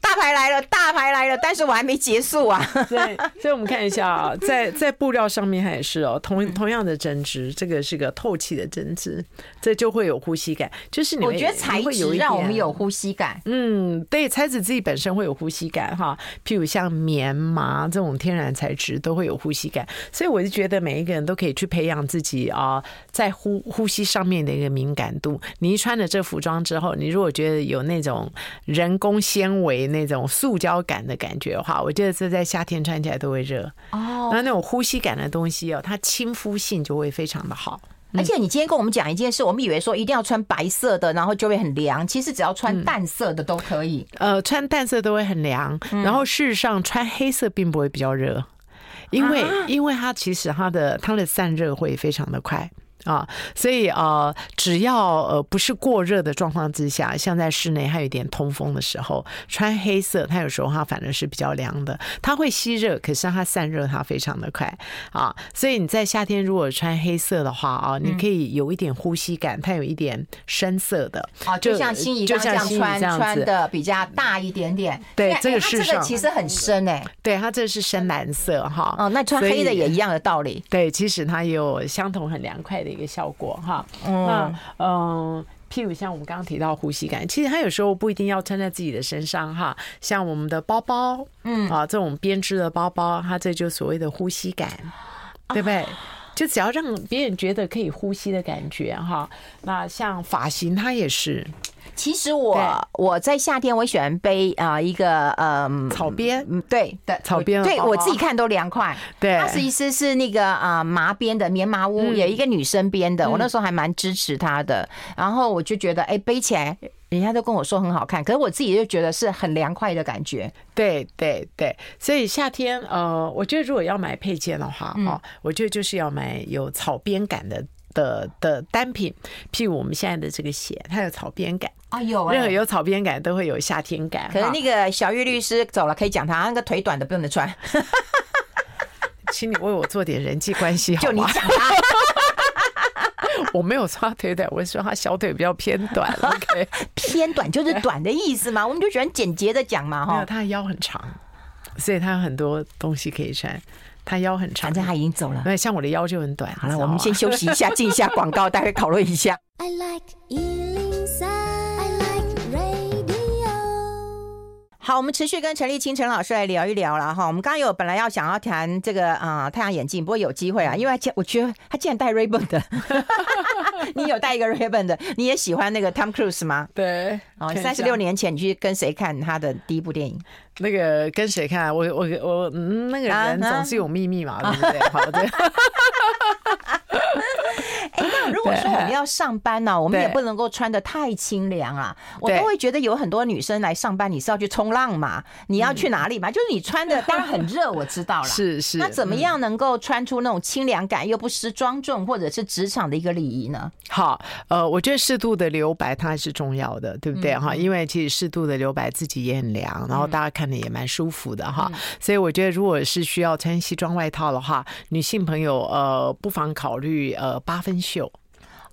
[SPEAKER 1] 大牌来了，大牌来了，但是我还没结束啊！
[SPEAKER 2] 所以，所以我们看一下啊，在在布料上面它也是哦，
[SPEAKER 1] 嗯
[SPEAKER 2] 同同样的针织，这个是个透气的针织，这就会有呼吸感，就是你
[SPEAKER 1] 我
[SPEAKER 2] 会
[SPEAKER 1] 觉得材
[SPEAKER 2] 你会
[SPEAKER 1] 质
[SPEAKER 2] 有一
[SPEAKER 1] 让我们
[SPEAKER 2] 点
[SPEAKER 1] 有呼吸感，
[SPEAKER 2] 嗯，对，材质自己本身会有呼吸感哈，譬如像棉麻这种天然材质都会有呼吸感，所以我就觉得每一个人都可以去培养自己啊、在呼呼吸上面的一个敏感度。你一穿了这服装之后，你如果觉得有那种人工纤维那种塑胶感的感觉的话，我觉得这在夏天穿起来都会热哦。那那种呼吸感的东西哦，它亲肤性就会非常的好。
[SPEAKER 1] 而且你今天跟我们讲一件事，我们以为说一定要穿白色的，然后就会很凉，其实只要穿淡色的都可以。
[SPEAKER 2] 呃，穿淡色都会很凉，然后事实上穿黑色并不会比较热。因为因为它其实它的它的散热会非常的快。啊，所以呃，只要呃不是过热的状况之下，像在室内还有一点通风的时候，穿黑色它有时候它反而是比较凉的，它会吸热，可是它散热它非常的快啊，所以你在夏天如果穿黑色的话啊，你可以有一点呼吸感，它有一点深色的，
[SPEAKER 1] 哦，就像心仪
[SPEAKER 2] 啊就
[SPEAKER 1] 刚这
[SPEAKER 2] 像
[SPEAKER 1] 样
[SPEAKER 2] 心仪
[SPEAKER 1] 穿
[SPEAKER 2] 这样
[SPEAKER 1] 穿
[SPEAKER 2] 子
[SPEAKER 1] 的比较大一点点，
[SPEAKER 2] 对
[SPEAKER 1] 哎
[SPEAKER 2] 这个
[SPEAKER 1] 它
[SPEAKER 2] 是
[SPEAKER 1] 这个
[SPEAKER 2] 上
[SPEAKER 1] 其实很深哎，
[SPEAKER 2] 对，它这是深蓝色哈，
[SPEAKER 1] 哦，那穿黑的
[SPEAKER 2] 所以
[SPEAKER 1] 也一样的道理，
[SPEAKER 2] 对，其实它也有相同很凉快的一个效果哈。
[SPEAKER 1] 嗯
[SPEAKER 2] 那嗯、譬如像我们刚刚提到呼吸感，其实它有时候不一定要穿在自己的身上哈，像我们的包包，嗯啊，这种编织的包包，它这就所谓的呼吸感，
[SPEAKER 1] 啊
[SPEAKER 2] 对不对？就只要让别人觉得可以呼吸的感觉哈。那像发型，它也是
[SPEAKER 1] 其实我我在夏天我喜欢背啊、呃一个嗯
[SPEAKER 2] 草编，
[SPEAKER 1] 嗯对的
[SPEAKER 2] 草编的
[SPEAKER 1] 对
[SPEAKER 2] 包
[SPEAKER 1] 我
[SPEAKER 2] 包
[SPEAKER 1] 自己看都凉快。
[SPEAKER 2] 对嗯
[SPEAKER 1] 它，其实是那个啊、呃麻编的棉麻屋，有一个女生编的，我那时候还蛮支持她的。然后我就觉得哎、背起来。人家都跟我说很好看，可是我自己就觉得是很凉快的感觉。
[SPEAKER 2] 对对对，所以夏天呃，我觉得如果要买配件的话，
[SPEAKER 1] 嗯
[SPEAKER 2] 哦，我觉得就是要买有草编感的。的的单品，譬如我们现在的这个鞋，它有草编感，
[SPEAKER 1] 啊，有
[SPEAKER 2] 任何哦有欸草编感都会有夏天感。
[SPEAKER 1] 可是
[SPEAKER 2] 哈
[SPEAKER 1] 那个小玉律师走了，可以讲他那个腿短的不能穿，
[SPEAKER 2] 请你为我做点人际
[SPEAKER 1] (laughs)
[SPEAKER 2] 关系好
[SPEAKER 1] 就你啊
[SPEAKER 2] 吗？
[SPEAKER 1] 讲他。
[SPEAKER 2] (laughs) 我没有说他腿短，我是说他小腿比较偏
[SPEAKER 1] (laughs)
[SPEAKER 2] 短。OK，
[SPEAKER 1] 偏短就是短的意思嘛，我们就喜欢简洁的讲嘛
[SPEAKER 2] 没有，
[SPEAKER 1] 哈。
[SPEAKER 2] 他的腰很长，所以他有很多东西可以穿。他腰很长
[SPEAKER 1] 反，正他已经走了。
[SPEAKER 2] 那像我的腰就很短。
[SPEAKER 1] 好
[SPEAKER 2] 你
[SPEAKER 1] 了，
[SPEAKER 2] 知
[SPEAKER 1] 我
[SPEAKER 2] 道
[SPEAKER 1] 们
[SPEAKER 2] 吗
[SPEAKER 1] 先休息一
[SPEAKER 2] (laughs)
[SPEAKER 1] 下，进一下广告，待会讨论一下。
[SPEAKER 5] I like Ealing Sound. I like radio.
[SPEAKER 1] 好，我们持续跟陈立清陈老师来聊一聊了哈。我们刚刚有本来要想要谈这个啊、呃太阳眼镜，不过有机会
[SPEAKER 2] 嗯
[SPEAKER 1] 啊，因为他竟我觉得他竟然戴 Ray-Ban 的， (laughs) 你有戴一个 Ray-Ban 的，你也喜欢那个 Tom Cruise 吗？
[SPEAKER 2] 对
[SPEAKER 1] (laughs) 哦，
[SPEAKER 2] 看一下
[SPEAKER 1] 三十六年前你去跟谁看他的第一部电影？
[SPEAKER 2] 那个跟谁看啊？我我我，嗯那个
[SPEAKER 1] 啊
[SPEAKER 2] 人
[SPEAKER 1] 哈
[SPEAKER 2] 总是有秘密
[SPEAKER 1] 啊
[SPEAKER 2] 嘛，
[SPEAKER 1] (laughs)
[SPEAKER 2] 对不对？好的，
[SPEAKER 1] 哎、那如果说我们要上班呢、我们也
[SPEAKER 2] 对
[SPEAKER 1] 不能够穿的太清凉啊。我
[SPEAKER 2] 对
[SPEAKER 1] 都会觉得有很多女生来上班，你是要去冲浪嘛？你要去哪里嘛？就是你穿的当然很热，我知道啦。。
[SPEAKER 2] 嗯 (laughs) 是是。
[SPEAKER 1] 那怎么
[SPEAKER 2] 嗯
[SPEAKER 1] 样能够穿出那种清凉感，又不失庄重，或者是职场的一个礼仪呢？
[SPEAKER 2] 好，呃，我觉得适度的留白它还是重要的，对
[SPEAKER 1] 嗯
[SPEAKER 2] 不对哈？因为其实适度的留白自己也很凉，然后大家看的也蛮舒服的哈。
[SPEAKER 1] 嗯
[SPEAKER 2] 所以我觉得，如果是需要穿西装外套的话，女性朋友呃，不妨考虑呃八分袖，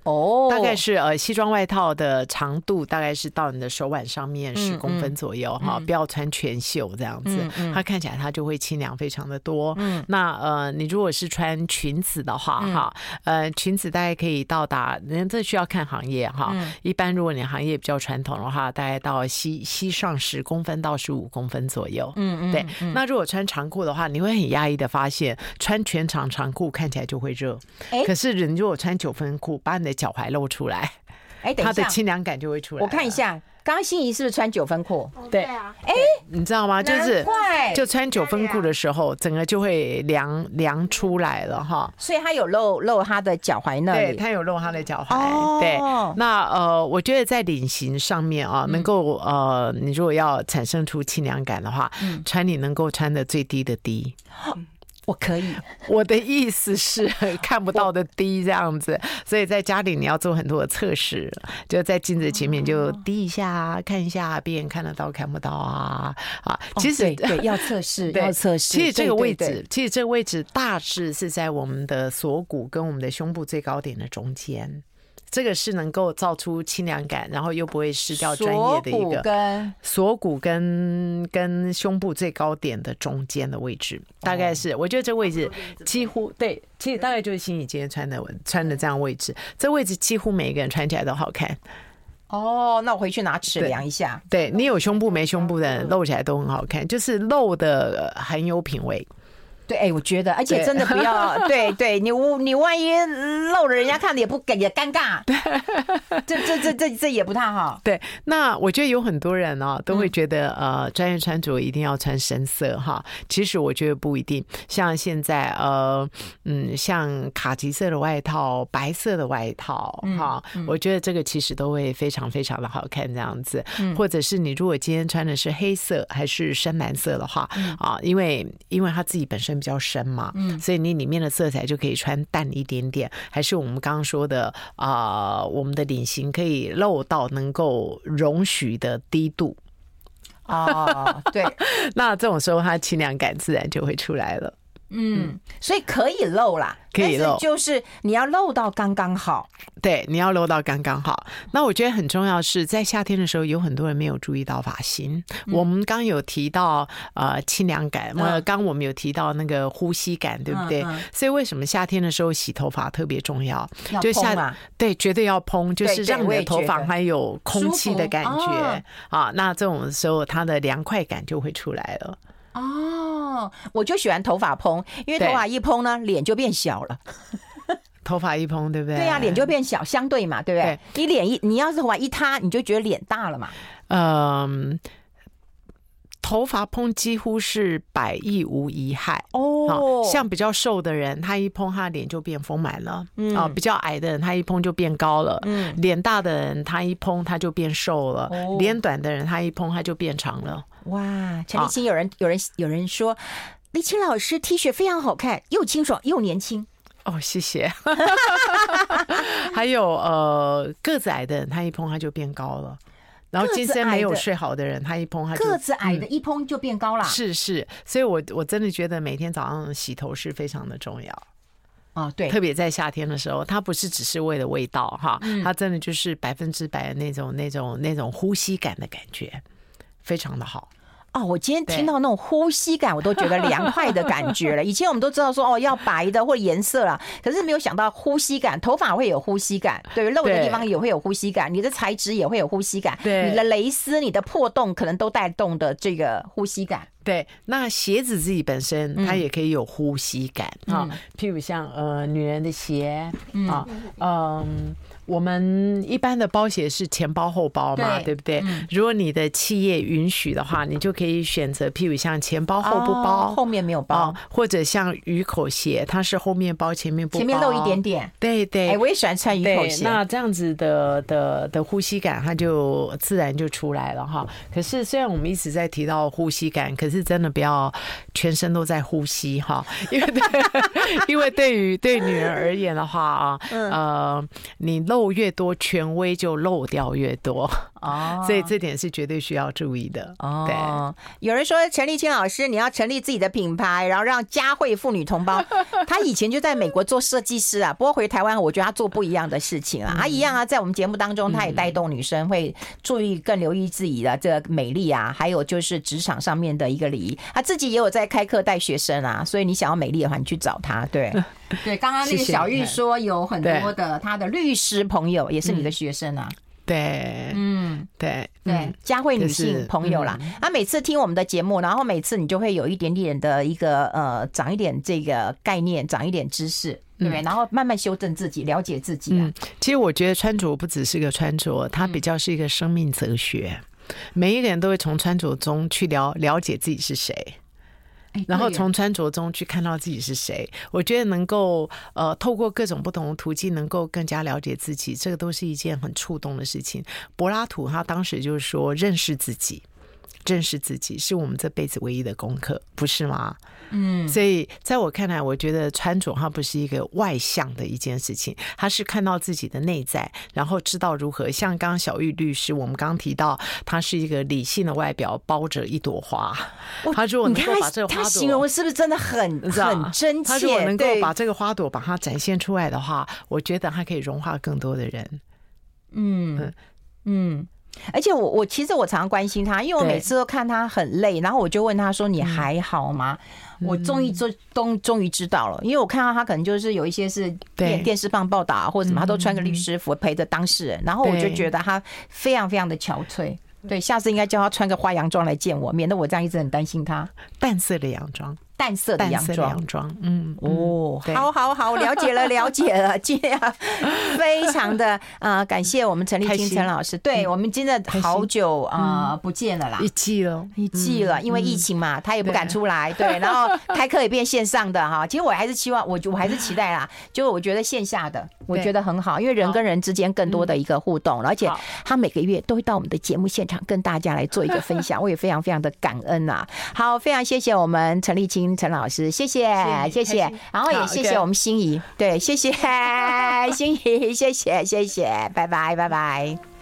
[SPEAKER 1] 哦
[SPEAKER 2] 大概是呃西装外套的长度大概是到你的手腕上面
[SPEAKER 1] 嗯
[SPEAKER 2] 十公分左右哈，不要穿全袖这样子，它看起来它就会清凉非常的多。
[SPEAKER 1] 嗯
[SPEAKER 2] 那呃你如果是穿裙子的话哈，呃裙子大概可以到达，人这需要看行业哈。
[SPEAKER 1] 嗯
[SPEAKER 2] 一般如果你行业比较传统的话，大概到膝膝上十公分到十五公分左右。嗯嗯，对。那如果穿长裤的话，你会很压抑的发现，穿全长长裤看起来就会热。
[SPEAKER 1] 哎
[SPEAKER 2] 可是人如果穿九分裤，把你的脚踝露出来，
[SPEAKER 1] 哎，等
[SPEAKER 2] 它
[SPEAKER 1] 一
[SPEAKER 2] 的
[SPEAKER 1] 下，
[SPEAKER 2] 清凉感就会出来。
[SPEAKER 1] 我看一，下，刚刚心仪是不是穿九分裤？
[SPEAKER 2] 对啊，哎，你知道吗？就是
[SPEAKER 1] 哦难怪
[SPEAKER 2] 就穿九分裤的时候，整个就会凉凉出来了哈。
[SPEAKER 1] 所以他有露露他的脚踝那
[SPEAKER 2] 对，
[SPEAKER 1] 里。
[SPEAKER 2] 他有露他的脚
[SPEAKER 1] 哦
[SPEAKER 2] 踝。对，那呃，我觉得在领型上面啊，能够呃，你如果要产生出清凉感的话，穿你能够穿的最低的低。
[SPEAKER 1] 我可以，
[SPEAKER 2] 我的意思是看不到的低这样子，所以在家里你要做很多的测试，就在镜子前面就低一下啊，看一下别人看得到看不到啊啊！其实、
[SPEAKER 1] 对 (laughs) 对，要测试，
[SPEAKER 2] 对
[SPEAKER 1] 要测试。
[SPEAKER 2] 其实这个
[SPEAKER 1] 对
[SPEAKER 2] 位，
[SPEAKER 1] 对对
[SPEAKER 2] 置，其实这个位置大致是在我们的锁骨跟我们的胸部最高点的中间，这个是能够造出清凉感，然后又不会失掉专业的
[SPEAKER 1] 锁
[SPEAKER 2] 一
[SPEAKER 1] 骨
[SPEAKER 2] 个
[SPEAKER 1] 跟
[SPEAKER 2] 锁骨跟跟胸部最高点的中间的位置，大
[SPEAKER 1] 哦
[SPEAKER 2] 概是我觉得这位置几乎对，其实大概就是心怡今天穿的穿的这样位置，这位置几乎每一个人穿起来都好看。
[SPEAKER 1] 哦，那我回去拿尺
[SPEAKER 2] 对
[SPEAKER 1] 量一下。
[SPEAKER 2] 对你有胸部没胸部的人露起来都很好看，就是露的呃很有品味。
[SPEAKER 1] 对，哎、我觉得，而且
[SPEAKER 2] 对
[SPEAKER 1] 真的不要， (laughs) 对对，你无你万一露了，人家看的也不也尴尬，对，这这这这这也不太好。
[SPEAKER 2] 对，那我觉得有很多人哦，都会觉得、呃，专业穿着一定要穿深色哈。其实我觉得不一定，像现在呃，嗯，像卡其色的外套、白色的外套哈，我觉得这个其实都会非常非常的好看这样子。或者是你如果今天穿的是黑色还是深蓝色的话啊，因为因为它自己本身比较。比较深嘛，嗯，所以你里面的色彩就可以穿淡一点点，还是我们刚刚说的啊、呃我们的领型可以露到能够容许的低度，
[SPEAKER 1] 哦，对，
[SPEAKER 2] 那这种时候它清凉感自然就会出来了。
[SPEAKER 1] 嗯，所以可以露啦，
[SPEAKER 2] (laughs) 可以
[SPEAKER 1] 但是
[SPEAKER 2] 露
[SPEAKER 1] 就是你要露到刚刚好。
[SPEAKER 2] 对，你要露到刚刚好。那我觉得很重要是在夏天的时候，有很多人没有注意到发型。
[SPEAKER 1] 嗯
[SPEAKER 2] 我们刚有提到呃清凉感，呃，刚我们有提到那个呼吸感，对不对？
[SPEAKER 1] 嗯
[SPEAKER 2] 所以为什么夏天的时候洗头发特别重要？
[SPEAKER 1] 要
[SPEAKER 2] 就
[SPEAKER 1] 蓬
[SPEAKER 2] 夏
[SPEAKER 1] 啊
[SPEAKER 2] 对，绝对要蓬，就
[SPEAKER 1] 对
[SPEAKER 2] 是
[SPEAKER 1] 对
[SPEAKER 2] 让你
[SPEAKER 1] 我
[SPEAKER 2] 的
[SPEAKER 1] 也
[SPEAKER 2] 头
[SPEAKER 1] 觉
[SPEAKER 2] 发
[SPEAKER 1] 得
[SPEAKER 2] 还有空气的感觉
[SPEAKER 1] 哦
[SPEAKER 2] 啊。那这种时候，它的凉快感就会出来了。
[SPEAKER 1] 哦，我就喜欢头发蓬，因为头发一蓬呢，脸就变小了。
[SPEAKER 2] 头发一蓬，对不对？
[SPEAKER 1] 对呀、脸就变小，相对嘛，对不对？你脸一，你要是头发一塌，你就觉得脸大了嘛。
[SPEAKER 2] 嗯，头发蓬几乎是百益无一害。
[SPEAKER 1] 哦
[SPEAKER 2] 好像比较瘦的人，他一碰他脸就变丰满了，
[SPEAKER 1] 嗯
[SPEAKER 2] 啊，比较矮的人他一碰就变高了，
[SPEAKER 1] 嗯
[SPEAKER 2] 脸大的人他一碰他就变瘦了，
[SPEAKER 1] 哦
[SPEAKER 2] 脸短的人他一碰他就变长了，
[SPEAKER 1] 哇，陈立青有人、有人有人说，立青老师 T 恤非常好看，又清爽又年轻。
[SPEAKER 2] 哦，谢
[SPEAKER 1] (laughs)
[SPEAKER 2] 谢。还有呃，个子矮的人他一碰他就变高了，然后
[SPEAKER 1] 个
[SPEAKER 2] 今
[SPEAKER 1] 子
[SPEAKER 2] 天
[SPEAKER 1] 矮
[SPEAKER 2] 没有
[SPEAKER 1] 的
[SPEAKER 2] 睡好的人他一碰他就
[SPEAKER 1] 个子矮的一蓬就变高啦。
[SPEAKER 2] 嗯是是，所以我我真的觉得每天早上洗头是非常的重要，
[SPEAKER 1] 哦，对，
[SPEAKER 2] 特别在夏天的时候，它不是只是为了味道哈，它真的就是百分之百的那种那种那种呼吸感的感觉，非常的好。
[SPEAKER 1] 哦，我今天
[SPEAKER 2] 对
[SPEAKER 1] 听到那种呼吸感，我都觉得凉快的感觉
[SPEAKER 2] (laughs)
[SPEAKER 1] 了。以前我们都知道说哦要白的或颜色啦，可是没有想到呼吸感，头发会有呼吸感，对，露的
[SPEAKER 2] 对
[SPEAKER 1] 地方也会有呼吸感，你的材质也会有呼吸感，
[SPEAKER 2] 对
[SPEAKER 1] 你的蕾丝、你的破洞可能都带动的这个呼吸感。
[SPEAKER 2] 对，那鞋子自己本身它也可以有呼吸感啊、譬如像呃女人的鞋啊，嗯、我们一般的包鞋是前包后包嘛，
[SPEAKER 4] 对
[SPEAKER 2] 对不对、如果你的企业允许的话，你就可以选择譬如像前包后不包，
[SPEAKER 1] 哦后面没有包，
[SPEAKER 2] 哦，或者像鱼口鞋，它是后面包，前面不包，
[SPEAKER 1] 前面露一点。点。
[SPEAKER 2] 对
[SPEAKER 1] 哎、
[SPEAKER 2] 对，
[SPEAKER 1] 我也喜欢穿鱼口
[SPEAKER 2] 对，
[SPEAKER 1] 鞋。
[SPEAKER 2] 那这样子的的的呼吸感，它就自然就出来了哈。可是虽然我们一直在提到呼吸感，可是真的不要全身都在呼吸哈， (laughs) 因为对， (laughs) 因为对于对女人而言的话啊，呃，你露越多，权威就漏掉越多，
[SPEAKER 1] 哦
[SPEAKER 2] 所以这点是绝对需要注意的。对。
[SPEAKER 1] 哦，有人说陈立青老师，你要成立自己的品牌，然后让佳慧妇女同
[SPEAKER 3] (laughs)
[SPEAKER 1] 胞。她以前就在美国做设计师啊，不过回台湾，我觉得她做不一样的事情
[SPEAKER 3] 嗯
[SPEAKER 1] 啊。她一样啊，在我们节目当中，她也带动女生会注意、更留意自己的这个美丽啊，还有就是职场上面的一个礼仪。她自己也有在开课带学生啊，所以你想要美丽的话，你去找她。对，
[SPEAKER 3] (laughs) 对，刚刚那
[SPEAKER 2] 谢
[SPEAKER 3] 个
[SPEAKER 2] 谢
[SPEAKER 3] 小
[SPEAKER 2] 你
[SPEAKER 3] 玉
[SPEAKER 2] 看
[SPEAKER 3] 说有很
[SPEAKER 2] 对
[SPEAKER 3] 多的她的律
[SPEAKER 1] 律师朋友也是你的学生啊。
[SPEAKER 2] 对，嗯，对，
[SPEAKER 3] 对
[SPEAKER 2] 嗯，
[SPEAKER 1] 佳慧女
[SPEAKER 2] 就
[SPEAKER 1] 性
[SPEAKER 2] 是嗯
[SPEAKER 1] 朋友啦，她、每次听我们的节目，然后每次你就会有一点点的一个呃，长一点这个概念，长一点知识，对不对？然后慢慢修正自己，了解自己啊。
[SPEAKER 2] 嗯，其实我觉得穿着不只是个穿着，它比较是一个生命哲学。每一个人都会从穿着中去了了解自己是谁，
[SPEAKER 3] 哎
[SPEAKER 2] 然后
[SPEAKER 3] 对耶
[SPEAKER 2] 从穿着中去看到自己是谁。我觉得能够呃，透过各种不同的途径，能够更加了解自己，这个都是一件很触动的事情。柏拉图他当时就是说，认识自己。认识自己是我们这辈子唯一的功课，不是吗？嗯，所以在我看来，我觉得穿着它不是一个外向的一件事情，它是看到自己的内在，然后知道如何。像刚刚小玉律师，我们刚刚提到，他是一个理性的外表包着一朵花，他如果
[SPEAKER 1] 你
[SPEAKER 2] 能
[SPEAKER 1] 看
[SPEAKER 2] 够把这
[SPEAKER 1] 她
[SPEAKER 2] 个花
[SPEAKER 1] 哦她
[SPEAKER 2] 朵
[SPEAKER 1] 形容是不是真的很
[SPEAKER 2] 你知道
[SPEAKER 1] 很真
[SPEAKER 2] 他如果
[SPEAKER 1] 切？
[SPEAKER 2] 能够
[SPEAKER 1] 对，
[SPEAKER 2] 把这个花朵把它展现出来的话，我觉得它可以融化更多的人。
[SPEAKER 1] 嗯。而且我我其实我常常关心她，因为我
[SPEAKER 2] 对
[SPEAKER 1] 每次都看她很累，然后我就问她说：“你还好吗？”我终于终终终于知道了，因为我看到她可能就是有一些是
[SPEAKER 2] 对
[SPEAKER 1] 电电视上报道啊或者什么，她都穿个律师服陪着当事人，然后我就
[SPEAKER 2] 对
[SPEAKER 1] 觉得她非常非常的憔悴。对，下次应该叫她穿个花洋装来见我，免得我这样一直很担心她
[SPEAKER 2] 淡色的洋装，
[SPEAKER 1] 淡色的
[SPEAKER 2] 淡
[SPEAKER 1] 洋
[SPEAKER 2] 色的
[SPEAKER 1] 装。
[SPEAKER 2] 洋装，嗯，
[SPEAKER 1] 哦，
[SPEAKER 2] 对
[SPEAKER 1] 好好好，了解了，了解了。今天啊非常的呃，感谢我们陈立
[SPEAKER 2] 开
[SPEAKER 1] 清
[SPEAKER 2] 心嗯
[SPEAKER 1] 陈老师，对我们真的好久啊、呃不见了啦。
[SPEAKER 2] 一季了，
[SPEAKER 1] 一季了，因为疫情嘛，他也不敢出来，对，然后开课也变线上的哈。其实我还是期望，我就我还是期待啦，就是我觉得线下的我
[SPEAKER 4] 对
[SPEAKER 1] 觉得很好，因为人跟人之间更多的一个互动了，而且
[SPEAKER 2] 好
[SPEAKER 1] 他每个月都会到我们的节目现场跟大家来做一个分享，我也非常非常的感恩啊。好，非常谢谢我们陈丽青陈老师，谢谢谢谢，然后也
[SPEAKER 2] 好
[SPEAKER 1] 谢
[SPEAKER 2] ，OK
[SPEAKER 1] 谢我们心仪，对，谢谢心仪，谢谢谢谢，拜拜拜拜。